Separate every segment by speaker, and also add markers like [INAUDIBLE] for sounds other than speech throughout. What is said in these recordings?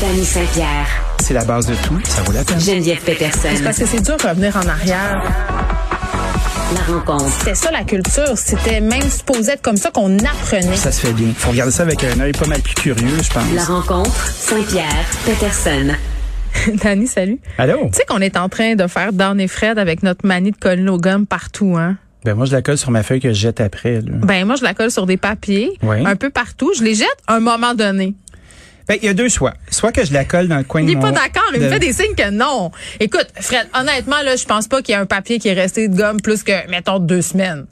Speaker 1: Danny Saint-Pierre.
Speaker 2: C'est la base de tout. Ça vaut la peine.
Speaker 1: Geneviève Peterson.
Speaker 3: C'est parce que c'est dur de revenir en arrière.
Speaker 1: La rencontre.
Speaker 3: C'était ça la culture. C'était même supposé être comme ça qu'on apprenait.
Speaker 2: Ça se fait bien. Faut regarder ça avec un œil pas mal plus curieux, je pense.
Speaker 1: La rencontre. Saint-Pierre. Peterson.
Speaker 3: [LAUGHS] Dani, salut.
Speaker 2: Allô?
Speaker 3: Tu sais qu'on est en train de faire Dan et Fred avec notre manie de coller nos gommes partout, hein?
Speaker 2: Ben moi, je la colle sur ma feuille que je jette après. Là.
Speaker 3: Ben moi, je la colle sur des papiers,
Speaker 2: Oui.
Speaker 3: un peu partout. Je les jette à un moment donné.
Speaker 2: Ben, il y a deux choix. Soit que je la colle dans le coin
Speaker 3: Il
Speaker 2: de
Speaker 3: n'est
Speaker 2: mon...
Speaker 3: pas d'accord, il me
Speaker 2: de-
Speaker 3: fait des signes que non. Écoute, Fred, honnêtement, là, je pense pas qu'il y a un papier qui est resté de gomme plus que, mettons, deux semaines.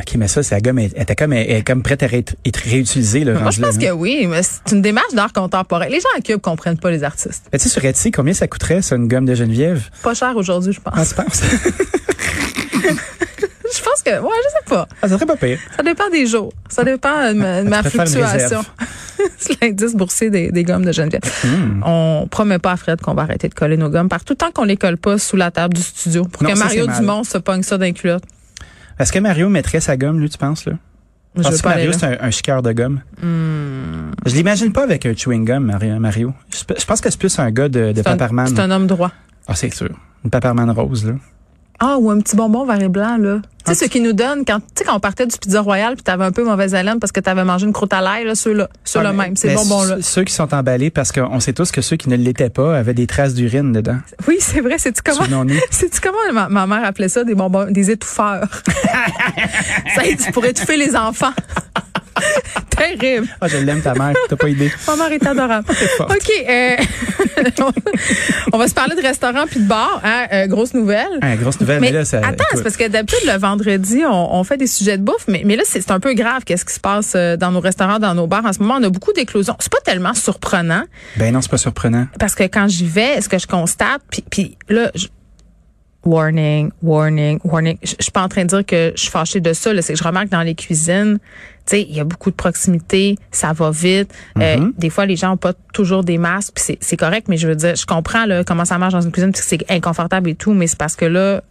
Speaker 2: OK, mais ça, c'est la gomme. Elle, elle était comme, elle, elle est comme prête à ré- être réutilisée. Là,
Speaker 3: Moi, je pense que oui, mais c'est une démarche d'art contemporain. Les gens à Cube comprennent pas les artistes.
Speaker 2: ben, tu sais, sur Etsy, combien ça coûterait, ça, une gomme de Geneviève?
Speaker 3: Pas cher aujourd'hui, je
Speaker 2: Ah,
Speaker 3: pense.
Speaker 2: tu [LAUGHS] penses?
Speaker 3: [LAUGHS] Je pense que, ouais, je sais pas.
Speaker 2: ah, ça serait pas pire.
Speaker 3: Ça dépend des jours. Ça dépend de ma, de ma
Speaker 2: Tu préfères une
Speaker 3: fluctuation. [LAUGHS] C'est l'indice boursier des, des gommes de Geneviève.
Speaker 2: Hmm.
Speaker 3: On promet pas à Fred qu'on va arrêter de coller nos gommes partout tant qu'on les colle pas sous la table du studio pour
Speaker 2: Non,
Speaker 3: que
Speaker 2: ça,
Speaker 3: Mario
Speaker 2: c'est mal.
Speaker 3: Dumont se pogne ça d'un culotte.
Speaker 2: Est-ce que Mario mettrait sa gomme, lui, tu penses, là?
Speaker 3: Je veux
Speaker 2: Penses-tu que
Speaker 3: pas aller
Speaker 2: Mario,
Speaker 3: Hmm. là.
Speaker 2: c'est un, un chiqueur de gomme? Je l'imagine pas avec un chewing gum, Mario. Mario. Je, je pense que c'est plus un gars de, de
Speaker 3: C'est un-
Speaker 2: Paparman.
Speaker 3: C'est un homme droit.
Speaker 2: Ah, c'est sûr. Une Paparman rose, là.
Speaker 3: Ah, ou un petit bonbon vert et blanc, là.
Speaker 2: Ah.
Speaker 3: Tu sais, ce qui nous donne, quand, tu sais, quand on partait du Pizza Royal puis t'avais un peu mauvaise haleine parce que t'avais mangé une croûte à l'ail, là, ceux-là. Ceux-là
Speaker 2: Ah, mais-
Speaker 3: même, ces
Speaker 2: mais
Speaker 3: bonbons-là.
Speaker 2: ceux- Ceux qui sont emballés, parce qu'on sait tous que ceux qui ne l'étaient pas avaient des traces d'urine dedans.
Speaker 3: Oui, c'est vrai. C'est-tu comment? [LAUGHS]
Speaker 2: Souvenons-nous.
Speaker 3: C'est-tu comment ma, ma mère appelait ça des bonbons,
Speaker 2: [LAUGHS]
Speaker 3: des étouffeurs? ça, tu pourrais étouffer les enfants. [LAUGHS] Terrible.
Speaker 2: Ah, je l'aime ta mère, t'as pas idée.
Speaker 3: Ma mère est adorable.
Speaker 2: forte.
Speaker 3: OK. euh, [LAUGHS] on va se parler de restaurants puis de bars. hein, euh, grosse nouvelle.
Speaker 2: Hein, grosse nouvelle, mais, là, ça.
Speaker 3: attends, c'est
Speaker 2: écoute,
Speaker 3: parce que d'habitude, le vendredi, on, on fait des sujets de bouffe, mais, mais là, c'est c'est un peu grave qu'est-ce qui se passe euh, dans nos restaurants, dans nos bars. En ce moment, on a beaucoup d'éclosions. C'est pas tellement surprenant
Speaker 2: Ben non, c'est pas surprenant.
Speaker 3: parce que quand j'y vais, ce que je constate, puis, puis là, je- warning, warning, warning. Je, je suis pas en train de dire que je suis fâchée de ça. là. C'est que je remarque dans les cuisines, tu sais, il y a beaucoup de proximité, ça va vite. Euh,
Speaker 2: Mm-hmm.
Speaker 3: des fois, les gens ont pas toujours des masques, puis c'est- c'est correct. Mais je veux dire, je comprends là, comment ça marche dans une cuisine, puis que c'est inconfortable et tout, mais c'est parce que là,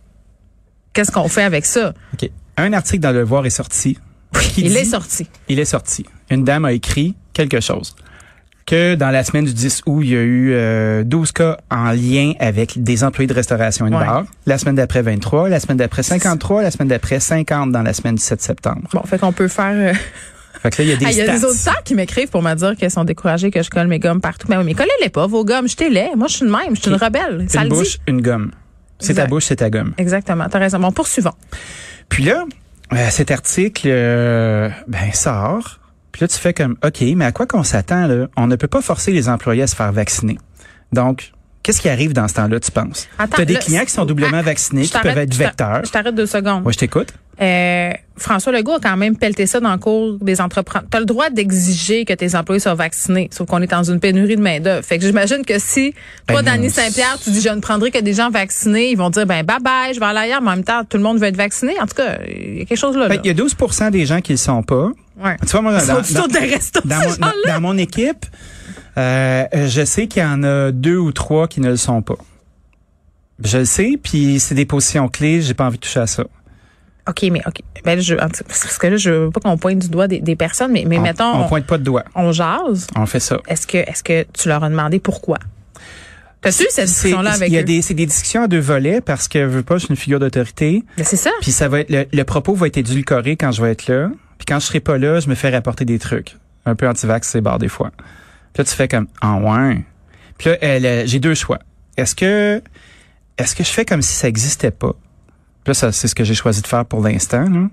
Speaker 3: qu'est-ce qu'on fait avec ça
Speaker 2: OK. Un article dans Le Voir est sorti. qui
Speaker 3: Il
Speaker 2: dit-
Speaker 3: est sorti.
Speaker 2: Il est sorti. Une dame a écrit quelque chose. Que dans la semaine du 10 août, il y a eu euh, 12 cas en lien avec des employés de restauration et de
Speaker 3: Ouais.
Speaker 2: bar. La semaine d'après, 23. La semaine d'après, 53. La semaine d'après, 50 dans la semaine du 7 septembre.
Speaker 3: Bon, fait qu'on peut faire. euh,
Speaker 2: Fait que là, il y a des
Speaker 3: Ah, Il y a des
Speaker 2: stats.
Speaker 3: auditeurs qui m'écrivent pour me dire qu'ils sont découragés que je colle mes gommes partout. Mais oui, mais collez-les pas, vos gommes, jetez-les. Moi, je suis une même, je suis une
Speaker 2: Ok.
Speaker 3: rebelle. Ça
Speaker 2: Une
Speaker 3: le
Speaker 2: bouche,
Speaker 3: dit.
Speaker 2: une gomme. C'est ta
Speaker 3: Exact.
Speaker 2: bouche, c'est ta gomme.
Speaker 3: Exactement, t'as raison. Bon, poursuivons.
Speaker 2: Puis là, euh, cet article, euh, ben sort. Puis là, tu fais comme, ok, mais à quoi qu'on s'attend là On ne peut pas forcer les employés à se faire vacciner. Donc, qu'est-ce qui arrive dans ce temps-là, tu penses
Speaker 3: Attends,
Speaker 2: T'as des
Speaker 3: là,
Speaker 2: clients qui sont doublement
Speaker 3: Ah,
Speaker 2: vaccinés,
Speaker 3: je
Speaker 2: qui
Speaker 3: t'arrête-
Speaker 2: peuvent être
Speaker 3: je t'a-
Speaker 2: vecteurs.
Speaker 3: Je t'arrête deux secondes.
Speaker 2: Moi, je t'écoute.
Speaker 3: Euh, François Legault a quand même pelleté ça dans le cours des entrepreneurs. T'as le droit d'exiger que tes employés soient vaccinés, sauf qu'on est dans une pénurie de main-d'œuvre. Fait que j'imagine que si toi,
Speaker 2: Ben,
Speaker 3: Dany
Speaker 2: non,
Speaker 3: Saint-Pierre, tu dis je ne prendrai que des gens vaccinés, ils vont dire ben bye bye, je vais aller ailleurs, mais en même temps, tout le monde veut être vacciné. En tout cas, il y a quelque chose là.
Speaker 2: Fait
Speaker 3: là.
Speaker 2: qu'il Ben, y a 12 des gens qui ne le sont pas.
Speaker 3: Ouais.
Speaker 2: Tu vois, moi,
Speaker 3: Ils
Speaker 2: dans,
Speaker 3: sont autour des restos,
Speaker 2: dans
Speaker 3: ces
Speaker 2: mon,
Speaker 3: gens-là.
Speaker 2: dans mon équipe, euh, je sais qu'il y en a deux ou trois qui ne le sont pas. Je le sais, puis c'est des positions clés. J'ai pas envie de toucher à ça.
Speaker 3: OK, mais OK. Ben, là, je, en tout- parce que là, je veux pas qu'on pointe du doigt des, des personnes, mais, mais
Speaker 2: on,
Speaker 3: mettons,
Speaker 2: on
Speaker 3: on,
Speaker 2: pointe pas de doigt.
Speaker 3: on jase.
Speaker 2: On fait ça.
Speaker 3: Est-ce que, est-ce que tu leur as demandé pourquoi? T'as-tu eu cette
Speaker 2: C'est-
Speaker 3: discussion-là avec
Speaker 2: il y a
Speaker 3: eux?
Speaker 2: des c'est des discussions à deux volets parce que je veux pas je suis une figure d'autorité
Speaker 3: Ben, c'est ça.
Speaker 2: puis ça va être le, le propos va être édulcoré quand je vais être là puis quand je serai pas là je me fais rapporter des trucs un peu anti-vax c'est barre des fois puis là tu fais comme en ouais puis là elle, euh, j'ai deux choix est-ce que est-ce que je fais comme si ça existait pas puis là ça, c'est ce que j'ai choisi de faire pour l'instant là.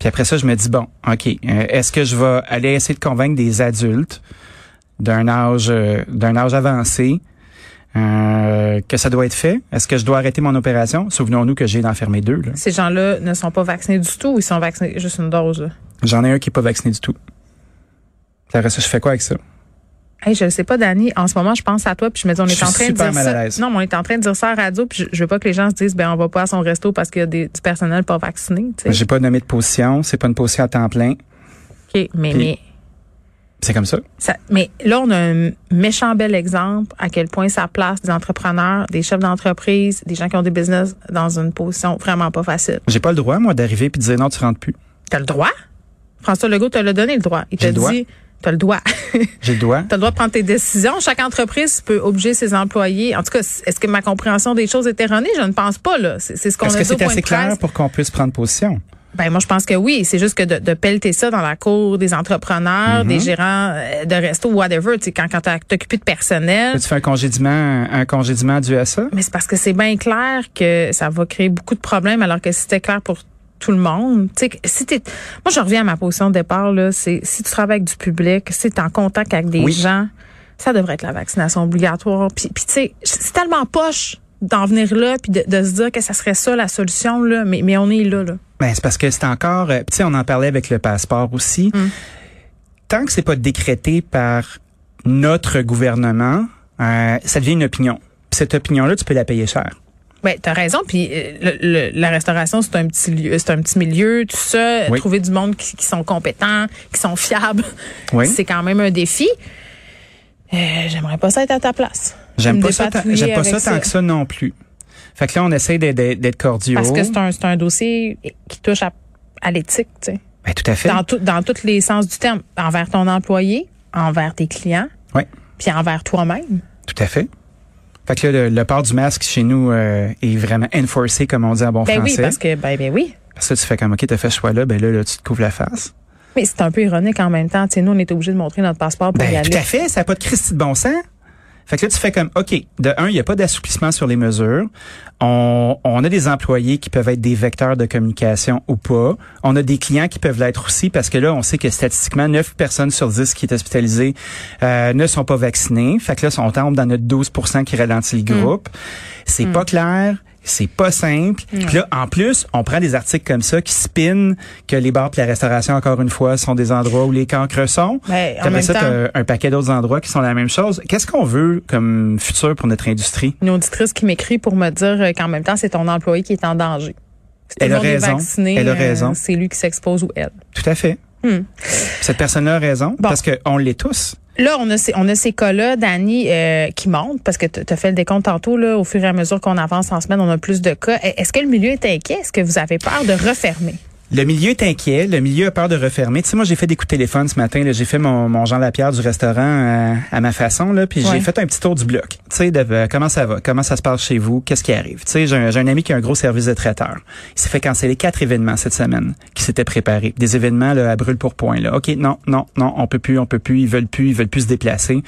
Speaker 2: puis après ça je me dis bon ok euh, est-ce que je vais aller essayer de convaincre des adultes d'un âge euh, d'un âge avancé euh, que ça doit être fait. Est-ce que je dois arrêter mon opération? Souvenons-nous que j'ai enfermé deux. là.
Speaker 3: Ces gens-là ne sont pas vaccinés du tout ou ils sont vaccinés juste une dose? là?
Speaker 2: J'en ai un qui est pas vacciné du tout. Puis Après ça, je fais quoi avec ça?
Speaker 3: Hey, je ne sais pas, Dani. En ce moment, je pense à toi, puis je me dis, on
Speaker 2: Je
Speaker 3: est en
Speaker 2: suis
Speaker 3: train de
Speaker 2: super
Speaker 3: dire
Speaker 2: mal à
Speaker 3: ça.
Speaker 2: l'aise.
Speaker 3: Non, mais on est en train de dire ça à la radio, puis je, je veux pas que les gens se disent, ben, on va pas à son resto parce qu'il y a des- du personnel pas vacciné. tu sais.
Speaker 2: J'ai pas nommé de position, c'est pas une position à temps plein.
Speaker 3: OK, mais,
Speaker 2: Puis-
Speaker 3: mais,
Speaker 2: C'est comme ça.
Speaker 3: Ça- mais là, on a un méchant bel exemple à quel point ça place des entrepreneurs, des chefs d'entreprise, des gens qui ont des business dans une position vraiment pas facile.
Speaker 2: J'ai pas le droit, moi, d'arriver puis de dire non, tu rentres plus.
Speaker 3: T'as le droit? François Legault te l'a donné le droit.
Speaker 2: J'ai
Speaker 3: Il t'a
Speaker 2: le droit.
Speaker 3: dit, t'as le droit. [LAUGHS]
Speaker 2: J'ai le doigt.
Speaker 3: Tu as le droit de prendre tes décisions. Chaque entreprise peut obliger ses employés. En tout cas, est-ce que ma compréhension des choses est erronée? Je ne pense pas. là. C'est c'est ce qu'on
Speaker 2: Est-ce
Speaker 3: a
Speaker 2: que
Speaker 3: dit au
Speaker 2: c'est
Speaker 3: point de
Speaker 2: assez clair
Speaker 3: presse.
Speaker 2: pour qu'on puisse prendre position?
Speaker 3: Ben moi, je pense que oui. C'est juste que de, de pelleter ça dans la cour des entrepreneurs,
Speaker 2: Mm-hmm.
Speaker 3: des gérants euh, de resto, whatever, tu sais, quand, quand t'as- t'occupes de personnel.
Speaker 2: Là, tu fais un congédiement, un congédiement dû à ça?
Speaker 3: Mais c'est parce que c'est bien clair que ça va créer beaucoup de problèmes, alors que si c'était clair pour tout le monde, tu sais, que si t'es, moi je reviens à ma position de départ là, c'est si tu travailles avec du public, si t'es en contact avec des
Speaker 2: Oui.
Speaker 3: gens, ça devrait être la vaccination obligatoire. Puis, puis tu sais, c'est tellement poche d'en venir là, puis de, de se dire que ça serait ça la solution là, mais mais on est là là.
Speaker 2: Ben, c'est parce que c'est encore, euh, tu sais, on en parlait avec le passeport aussi.
Speaker 3: Mm.
Speaker 2: Tant que c'est pas décrété par notre gouvernement, euh, ça devient une opinion. Puis cette opinion-là, tu peux la payer cher.
Speaker 3: Ouais, t'as raison. Puis euh, le- le- la restauration, c'est un petit lieu, c'est un petit milieu, tout ça.
Speaker 2: Oui.
Speaker 3: Trouver du monde qui, qui sont compétents, qui sont fiables,
Speaker 2: Oui.
Speaker 3: c'est quand même un défi. Euh, J'aimerais pas ça être à ta place.
Speaker 2: J'aime
Speaker 3: Me
Speaker 2: pas ça, tant-
Speaker 3: dépatouiller
Speaker 2: j'aime pas
Speaker 3: avec
Speaker 2: ça tant que ça non plus. Fait que là, on essaie d'être- d'être d'être cordiaux.
Speaker 3: Parce que c'est un, c'est un dossier qui touche à, à l'éthique, tu sais.
Speaker 2: Ben, tout à fait.
Speaker 3: Dans, tout, dans tous les sens du terme. Envers ton employé, envers tes clients,
Speaker 2: Oui,
Speaker 3: puis envers toi-même.
Speaker 2: tout à fait. Fait que là, le, le port du masque chez nous euh, est vraiment enforcé, comme on dit en bon
Speaker 3: Ben
Speaker 2: français.
Speaker 3: oui, parce que, ben, ben oui.
Speaker 2: Parce que tu fais comme, OK, t'as fait ce choix-là, ben là, là, tu te couvres la face.
Speaker 3: Mais c'est un peu ironique en même temps. Tu sais, nous, on est obligé de montrer notre passeport pour y
Speaker 2: Ben,
Speaker 3: aller.
Speaker 2: tout à fait, ça n'a pas de Christie de bon sens. Fait que là, tu fais comme, OK, de un, il n'y a pas d'assouplissement sur les mesures. On, on a des employés qui peuvent être des vecteurs de communication ou pas. On a des clients qui peuvent l'être aussi parce que là, on sait que statistiquement, 9 personnes sur 10 qui est hospitalisées euh, ne sont pas vaccinées. Fait que là, on tombe dans notre 12 qui ralentit le groupe. C'est pas clair. C'est pas simple. Puis là, en plus, on prend des articles comme ça qui spinent que les bars et la restauration, encore une fois, sont des endroits où les cancres sont.
Speaker 3: Ben, en
Speaker 2: Puis après
Speaker 3: même
Speaker 2: ça,
Speaker 3: temps-
Speaker 2: t'as un paquet d'autres endroits qui sont la même chose. Qu'est-ce qu'on veut comme futur pour notre industrie?
Speaker 3: une auditrice qui m'écrit pour me dire euh, qu'en même temps, c'est ton employé qui est en danger. Si tout
Speaker 2: Elle
Speaker 3: le
Speaker 2: a
Speaker 3: monde est
Speaker 2: raison.
Speaker 3: vacciné,
Speaker 2: Elle a
Speaker 3: euh,
Speaker 2: raison.
Speaker 3: C'est lui qui s'expose ou elle. Hmm.
Speaker 2: Tout à fait. Cette personne-là a raison
Speaker 3: Bon.
Speaker 2: parce qu'on l'est tous.
Speaker 3: Là, on a ces, on a ces cas-là, Dani, euh, qui montent, parce que tu as fait le décompte tantôt, là, au fur et à mesure qu'on avance en semaine, on a plus de cas. E- Est-ce que le milieu est inquiet? Est-ce que vous avez peur de refermer?
Speaker 2: Le milieu est inquiet, le milieu a peur de refermer. Tu sais, moi, j'ai fait des coups de téléphone ce matin. là. J'ai fait mon, mon Jean Lapierre du restaurant euh, à ma façon, là, puis
Speaker 3: Ouais.
Speaker 2: j'ai fait un petit tour du bloc. Tu sais, de, euh, comment ça va, comment ça se passe chez vous, qu'est-ce qui arrive. Tu sais, j'ai un, j'ai un ami qui a un gros service de traiteur. Il s'est fait canceller quatre événements cette semaine qui s'étaient préparés. Des événements là, à brûle pour point. Là. OK, non, non, non, on peut plus, on peut plus, ils veulent plus, ils veulent plus se déplacer.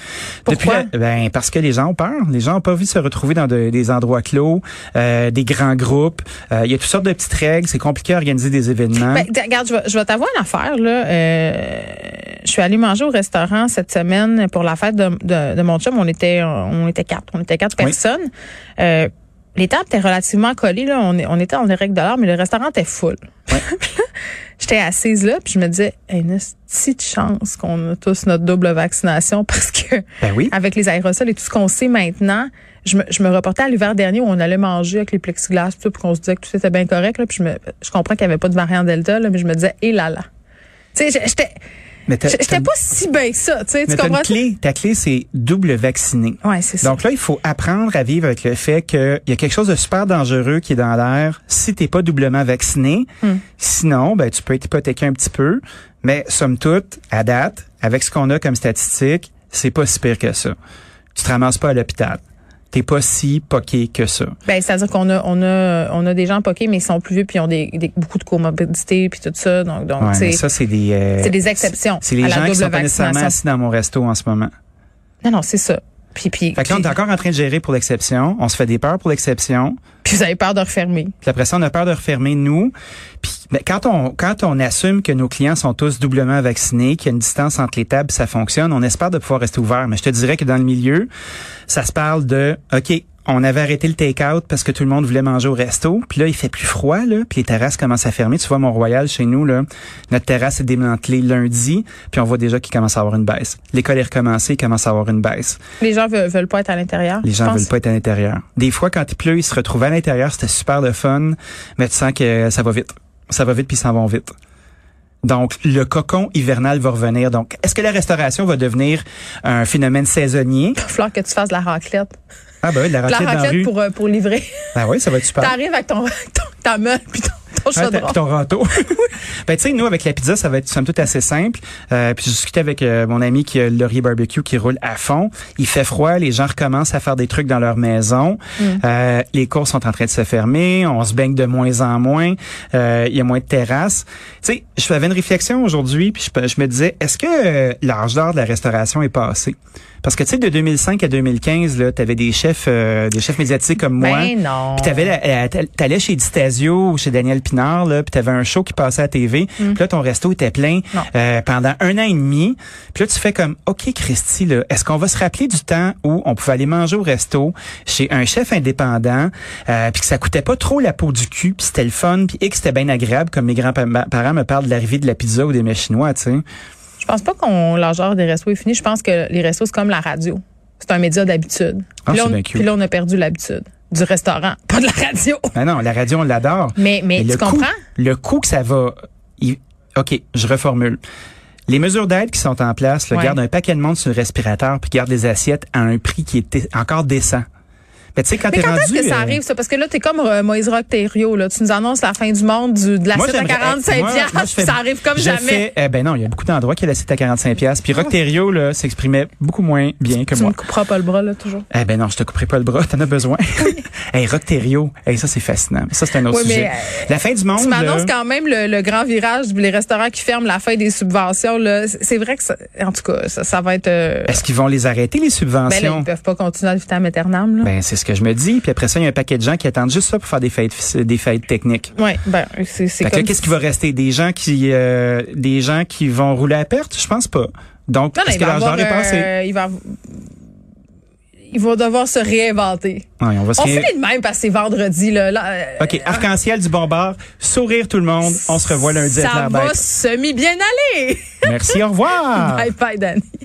Speaker 2: Depuis
Speaker 3: Pourquoi?
Speaker 2: la- ben, parce que les gens ont peur. Les gens ont pas envie de se retrouver dans de- des endroits clos, euh, des grands groupes. Euh, Il y a toutes sortes de petites règles. C'est compliqué à organiser des événements.
Speaker 3: Ben, t- regarde, je vais, je vais t'avouer une affaire. Là. Euh, je suis allée manger au restaurant cette semaine pour la fête de, de- de mon chum. On était, on était quatre. On était quatre
Speaker 2: Oui.
Speaker 3: personnes. Euh, les tables étaient relativement collées. Là. On, est- on était en direct de l'art, mais le restaurant était full. [LAUGHS] J'étais assise là, puis je me disais, hey, une petite chance qu'on a tous notre double vaccination parce que
Speaker 2: Ben oui.
Speaker 3: avec les aérosols et tout ce qu'on sait maintenant, je me, je me reportais à l'hiver dernier où on allait manger avec les plexiglas puis tout, puis qu'on se disait que tout était bien correct là, puis je me je comprends qu'il n'y avait pas de variant Delta là, mais je me disais et là là. Tu sais, j'étais
Speaker 2: Mais t'as-
Speaker 3: j'étais
Speaker 2: t'as-
Speaker 3: pas si bien que ça, tu sais, tu
Speaker 2: mais t'as une
Speaker 3: comprends ça?
Speaker 2: clé. Ta clé, c'est double vacciné.
Speaker 3: Ouais, c'est ça.
Speaker 2: Donc là, il faut apprendre à vivre avec le fait qu'il y a quelque chose de super dangereux qui est dans l'air si t'es pas doublement vacciné.
Speaker 3: Hmm.
Speaker 2: Sinon, ben, tu peux être hypothéqué un petit peu. Mais somme toute, à date, avec ce qu'on a comme statistique, c'est pas si pire que ça. Tu te ramasses pas à l'hôpital. T'es pas si poqué que ça.
Speaker 3: Ben, c'est-à-dire qu'on a on a on a des gens poqués mais ils sont plus vieux puis ils ont des, des- beaucoup de comorbidités puis tout ça. Donc donc
Speaker 2: Ouais,
Speaker 3: c'est
Speaker 2: mais ça, c'est des, euh,
Speaker 3: c'est des exceptions
Speaker 2: C'est les
Speaker 3: à la
Speaker 2: gens qui
Speaker 3: double
Speaker 2: sont pas nécessairement
Speaker 3: vaccination.
Speaker 2: assis dans mon resto en ce moment.
Speaker 3: Non non, c'est ça. Puis puis
Speaker 2: Fait que là, on est
Speaker 3: puis-
Speaker 2: encore en train de gérer pour l'exception. On se fait des peurs pour l'exception.
Speaker 3: puis vous avez peur de refermer.
Speaker 2: Puis après ça, on a peur de refermer nous. Puis ben, quand on quand on assume que nos clients sont tous doublement vaccinés, qu'il y a une distance entre les tables, ça fonctionne, on espère de pouvoir rester ouvert. Mais je te dirais que dans le milieu, ça se parle de OK, on avait arrêté le take-out parce que tout le monde voulait manger au resto. Puis là, il fait plus froid, là. Puis les terrasses commencent à fermer. Tu vois, Mont-Royal, chez nous, là, notre terrasse est démantelée lundi. Puis on voit déjà qu'il commence à avoir une baisse. L'école est recommencée, il commence à avoir une baisse.
Speaker 3: Les gens veulent, veulent pas être à l'intérieur.
Speaker 2: Les
Speaker 3: je
Speaker 2: gens
Speaker 3: pense.
Speaker 2: veulent pas être à l'intérieur. Des fois, quand il pleut, ils se retrouvent à l'intérieur, c'était super le fun, mais tu sens que ça va vite. Ça va vite, puis ils s'en vont vite. Donc, le cocon hivernal va revenir. Donc, est-ce que la restauration va devenir un phénomène saisonnier?
Speaker 3: Il va falloir que tu fasses de la raclette.
Speaker 2: Ah ben oui, de la
Speaker 3: La
Speaker 2: raclette dans la
Speaker 3: raclette
Speaker 2: rue. [LAUGHS]
Speaker 3: pour, euh, pour livrer. [LAUGHS]
Speaker 2: Ah oui, ça va être super.
Speaker 3: T'arrives avec ton, ton- ta meule puis ton, ton
Speaker 2: Ouais, t'as-
Speaker 3: chaudron.
Speaker 2: puis ton râteau. [LAUGHS] ben, tu sais, nous, avec la pizza, ça va être, somme toute, assez simple. Euh, puis, je discutais avec euh, mon ami qui a le Laurier Barbecue qui roule à fond. Il fait froid, les gens recommencent à faire des trucs dans leur maison. Euh, les courses sont en train de se fermer, on se baigne de moins en moins, euh, il y a moins de terrasses. Tu sais, je avais une réflexion aujourd'hui, puis je, je me disais, est-ce que euh, l'âge d'or de la restauration est passé? Parce que, tu sais, de 2005 à 2015, là, t'avais des chefs, euh, des chefs médiatiques comme moi.
Speaker 3: Ben non.
Speaker 2: Puis t'avais la- la- t'a- t'allais chez Distasio ou chez Daniel Pinard là, puis t'avais un show qui passait à la TV. Puis là ton resto était plein
Speaker 3: Non.
Speaker 2: euh, pendant un an et demi. Puis là tu fais comme OK Christy là, est-ce qu'on va se rappeler du temps où on pouvait aller manger au resto chez un chef indépendant euh, puis que ça coûtait pas trop la peau du cul, puis c'était le fun, puis et que c'était bien agréable comme mes grands-parents me parlent de l'arrivée de la pizza ou des mets chinois, tu sais.
Speaker 3: Je pense pas qu'on l'âgeur des restos est fini. Je pense que les restos, c'est comme la radio. C'est un média d'habitude.
Speaker 2: Ah,
Speaker 3: Puis là,
Speaker 2: c'est
Speaker 3: on-
Speaker 2: bien cute.
Speaker 3: puis là, on a perdu l'habitude du restaurant, [LAUGHS] pas de la radio.
Speaker 2: Ah non, la radio on l'adore.
Speaker 3: Mais, mais,
Speaker 2: le
Speaker 3: tu
Speaker 2: coût-
Speaker 3: comprends?
Speaker 2: le coût que ça va. il- OK, je reformule. Les mesures d'aide qui sont en place, le
Speaker 3: Ouais.
Speaker 2: garde un paquet de monde sur le respirateur, puis garde des assiettes à un prix qui est dé- encore décent. Mais tu sais, quand
Speaker 3: Mais
Speaker 2: t'es
Speaker 3: quand
Speaker 2: rendu.
Speaker 3: est-ce que ça
Speaker 2: euh,
Speaker 3: arrive, ça? Parce que là, t'es comme euh, Moïse Rock Thériault, là. Tu nous annonces la fin du monde du, de la
Speaker 2: euh, moi,
Speaker 3: 7 à
Speaker 2: j'aimerais- eh,
Speaker 3: 45
Speaker 2: moi,
Speaker 3: piastres,
Speaker 2: moi, je fais-
Speaker 3: ça arrive comme
Speaker 2: je
Speaker 3: jamais. Ah.
Speaker 2: fais- eh ben non, il y a beaucoup d'endroits qui l'assiette à 45 pièces. Puis Rock Thériault, là s'exprimait beaucoup moins bien que
Speaker 3: Tu
Speaker 2: moi.
Speaker 3: me couperas pas le bras, là, toujours.
Speaker 2: Eh ben non, je te couperai pas le bras, [LAUGHS] t'en as besoin. hey, Rock Thériault, hey, ça c'est fascinant. Ça c'est un autre
Speaker 3: Oui, mais,
Speaker 2: sujet.
Speaker 3: euh,
Speaker 2: La fin du monde.
Speaker 3: Tu m'annonces
Speaker 2: là-
Speaker 3: quand même le, le grand virage, les restaurants qui ferment, la fin des subventions, là. C'est c'est vrai que ça, en tout cas, ça, ça va être, euh,
Speaker 2: Est-ce qu'ils vont les arrêter les
Speaker 3: ben là,
Speaker 2: subventions
Speaker 3: ils peuvent pas continuer à le vitam aeternam, là.
Speaker 2: Ben, c'est ce que je me dis. Puis après ça, il y a un paquet de gens qui attendent juste ça pour faire des faillites, des faillites techniques.
Speaker 3: Oui, ben, c'est
Speaker 2: Fait
Speaker 3: c'est
Speaker 2: que
Speaker 3: comme
Speaker 2: là, qu'est-ce qui va rester? Des gens qui, euh, des gens qui vont rouler à perte? Je pense pas. Donc,
Speaker 3: Non, non,
Speaker 2: est-ce
Speaker 3: il
Speaker 2: que
Speaker 3: va,
Speaker 2: l'âge
Speaker 3: avoir,
Speaker 2: d'or est passé?
Speaker 3: euh, il va il va devoir se réinventer.
Speaker 2: Ouais, on va se
Speaker 3: On
Speaker 2: ré-
Speaker 3: finit de même parce que c'est vendredi là. Là, euh,
Speaker 2: OK, arc-en-ciel du bon bar. Sourire tout le monde. On se revoit lundi à
Speaker 3: ça
Speaker 2: Claire
Speaker 3: va
Speaker 2: Bête. Ah.
Speaker 3: semi bien aller.
Speaker 2: Merci, au revoir.
Speaker 3: [LAUGHS] Bye bye Danny.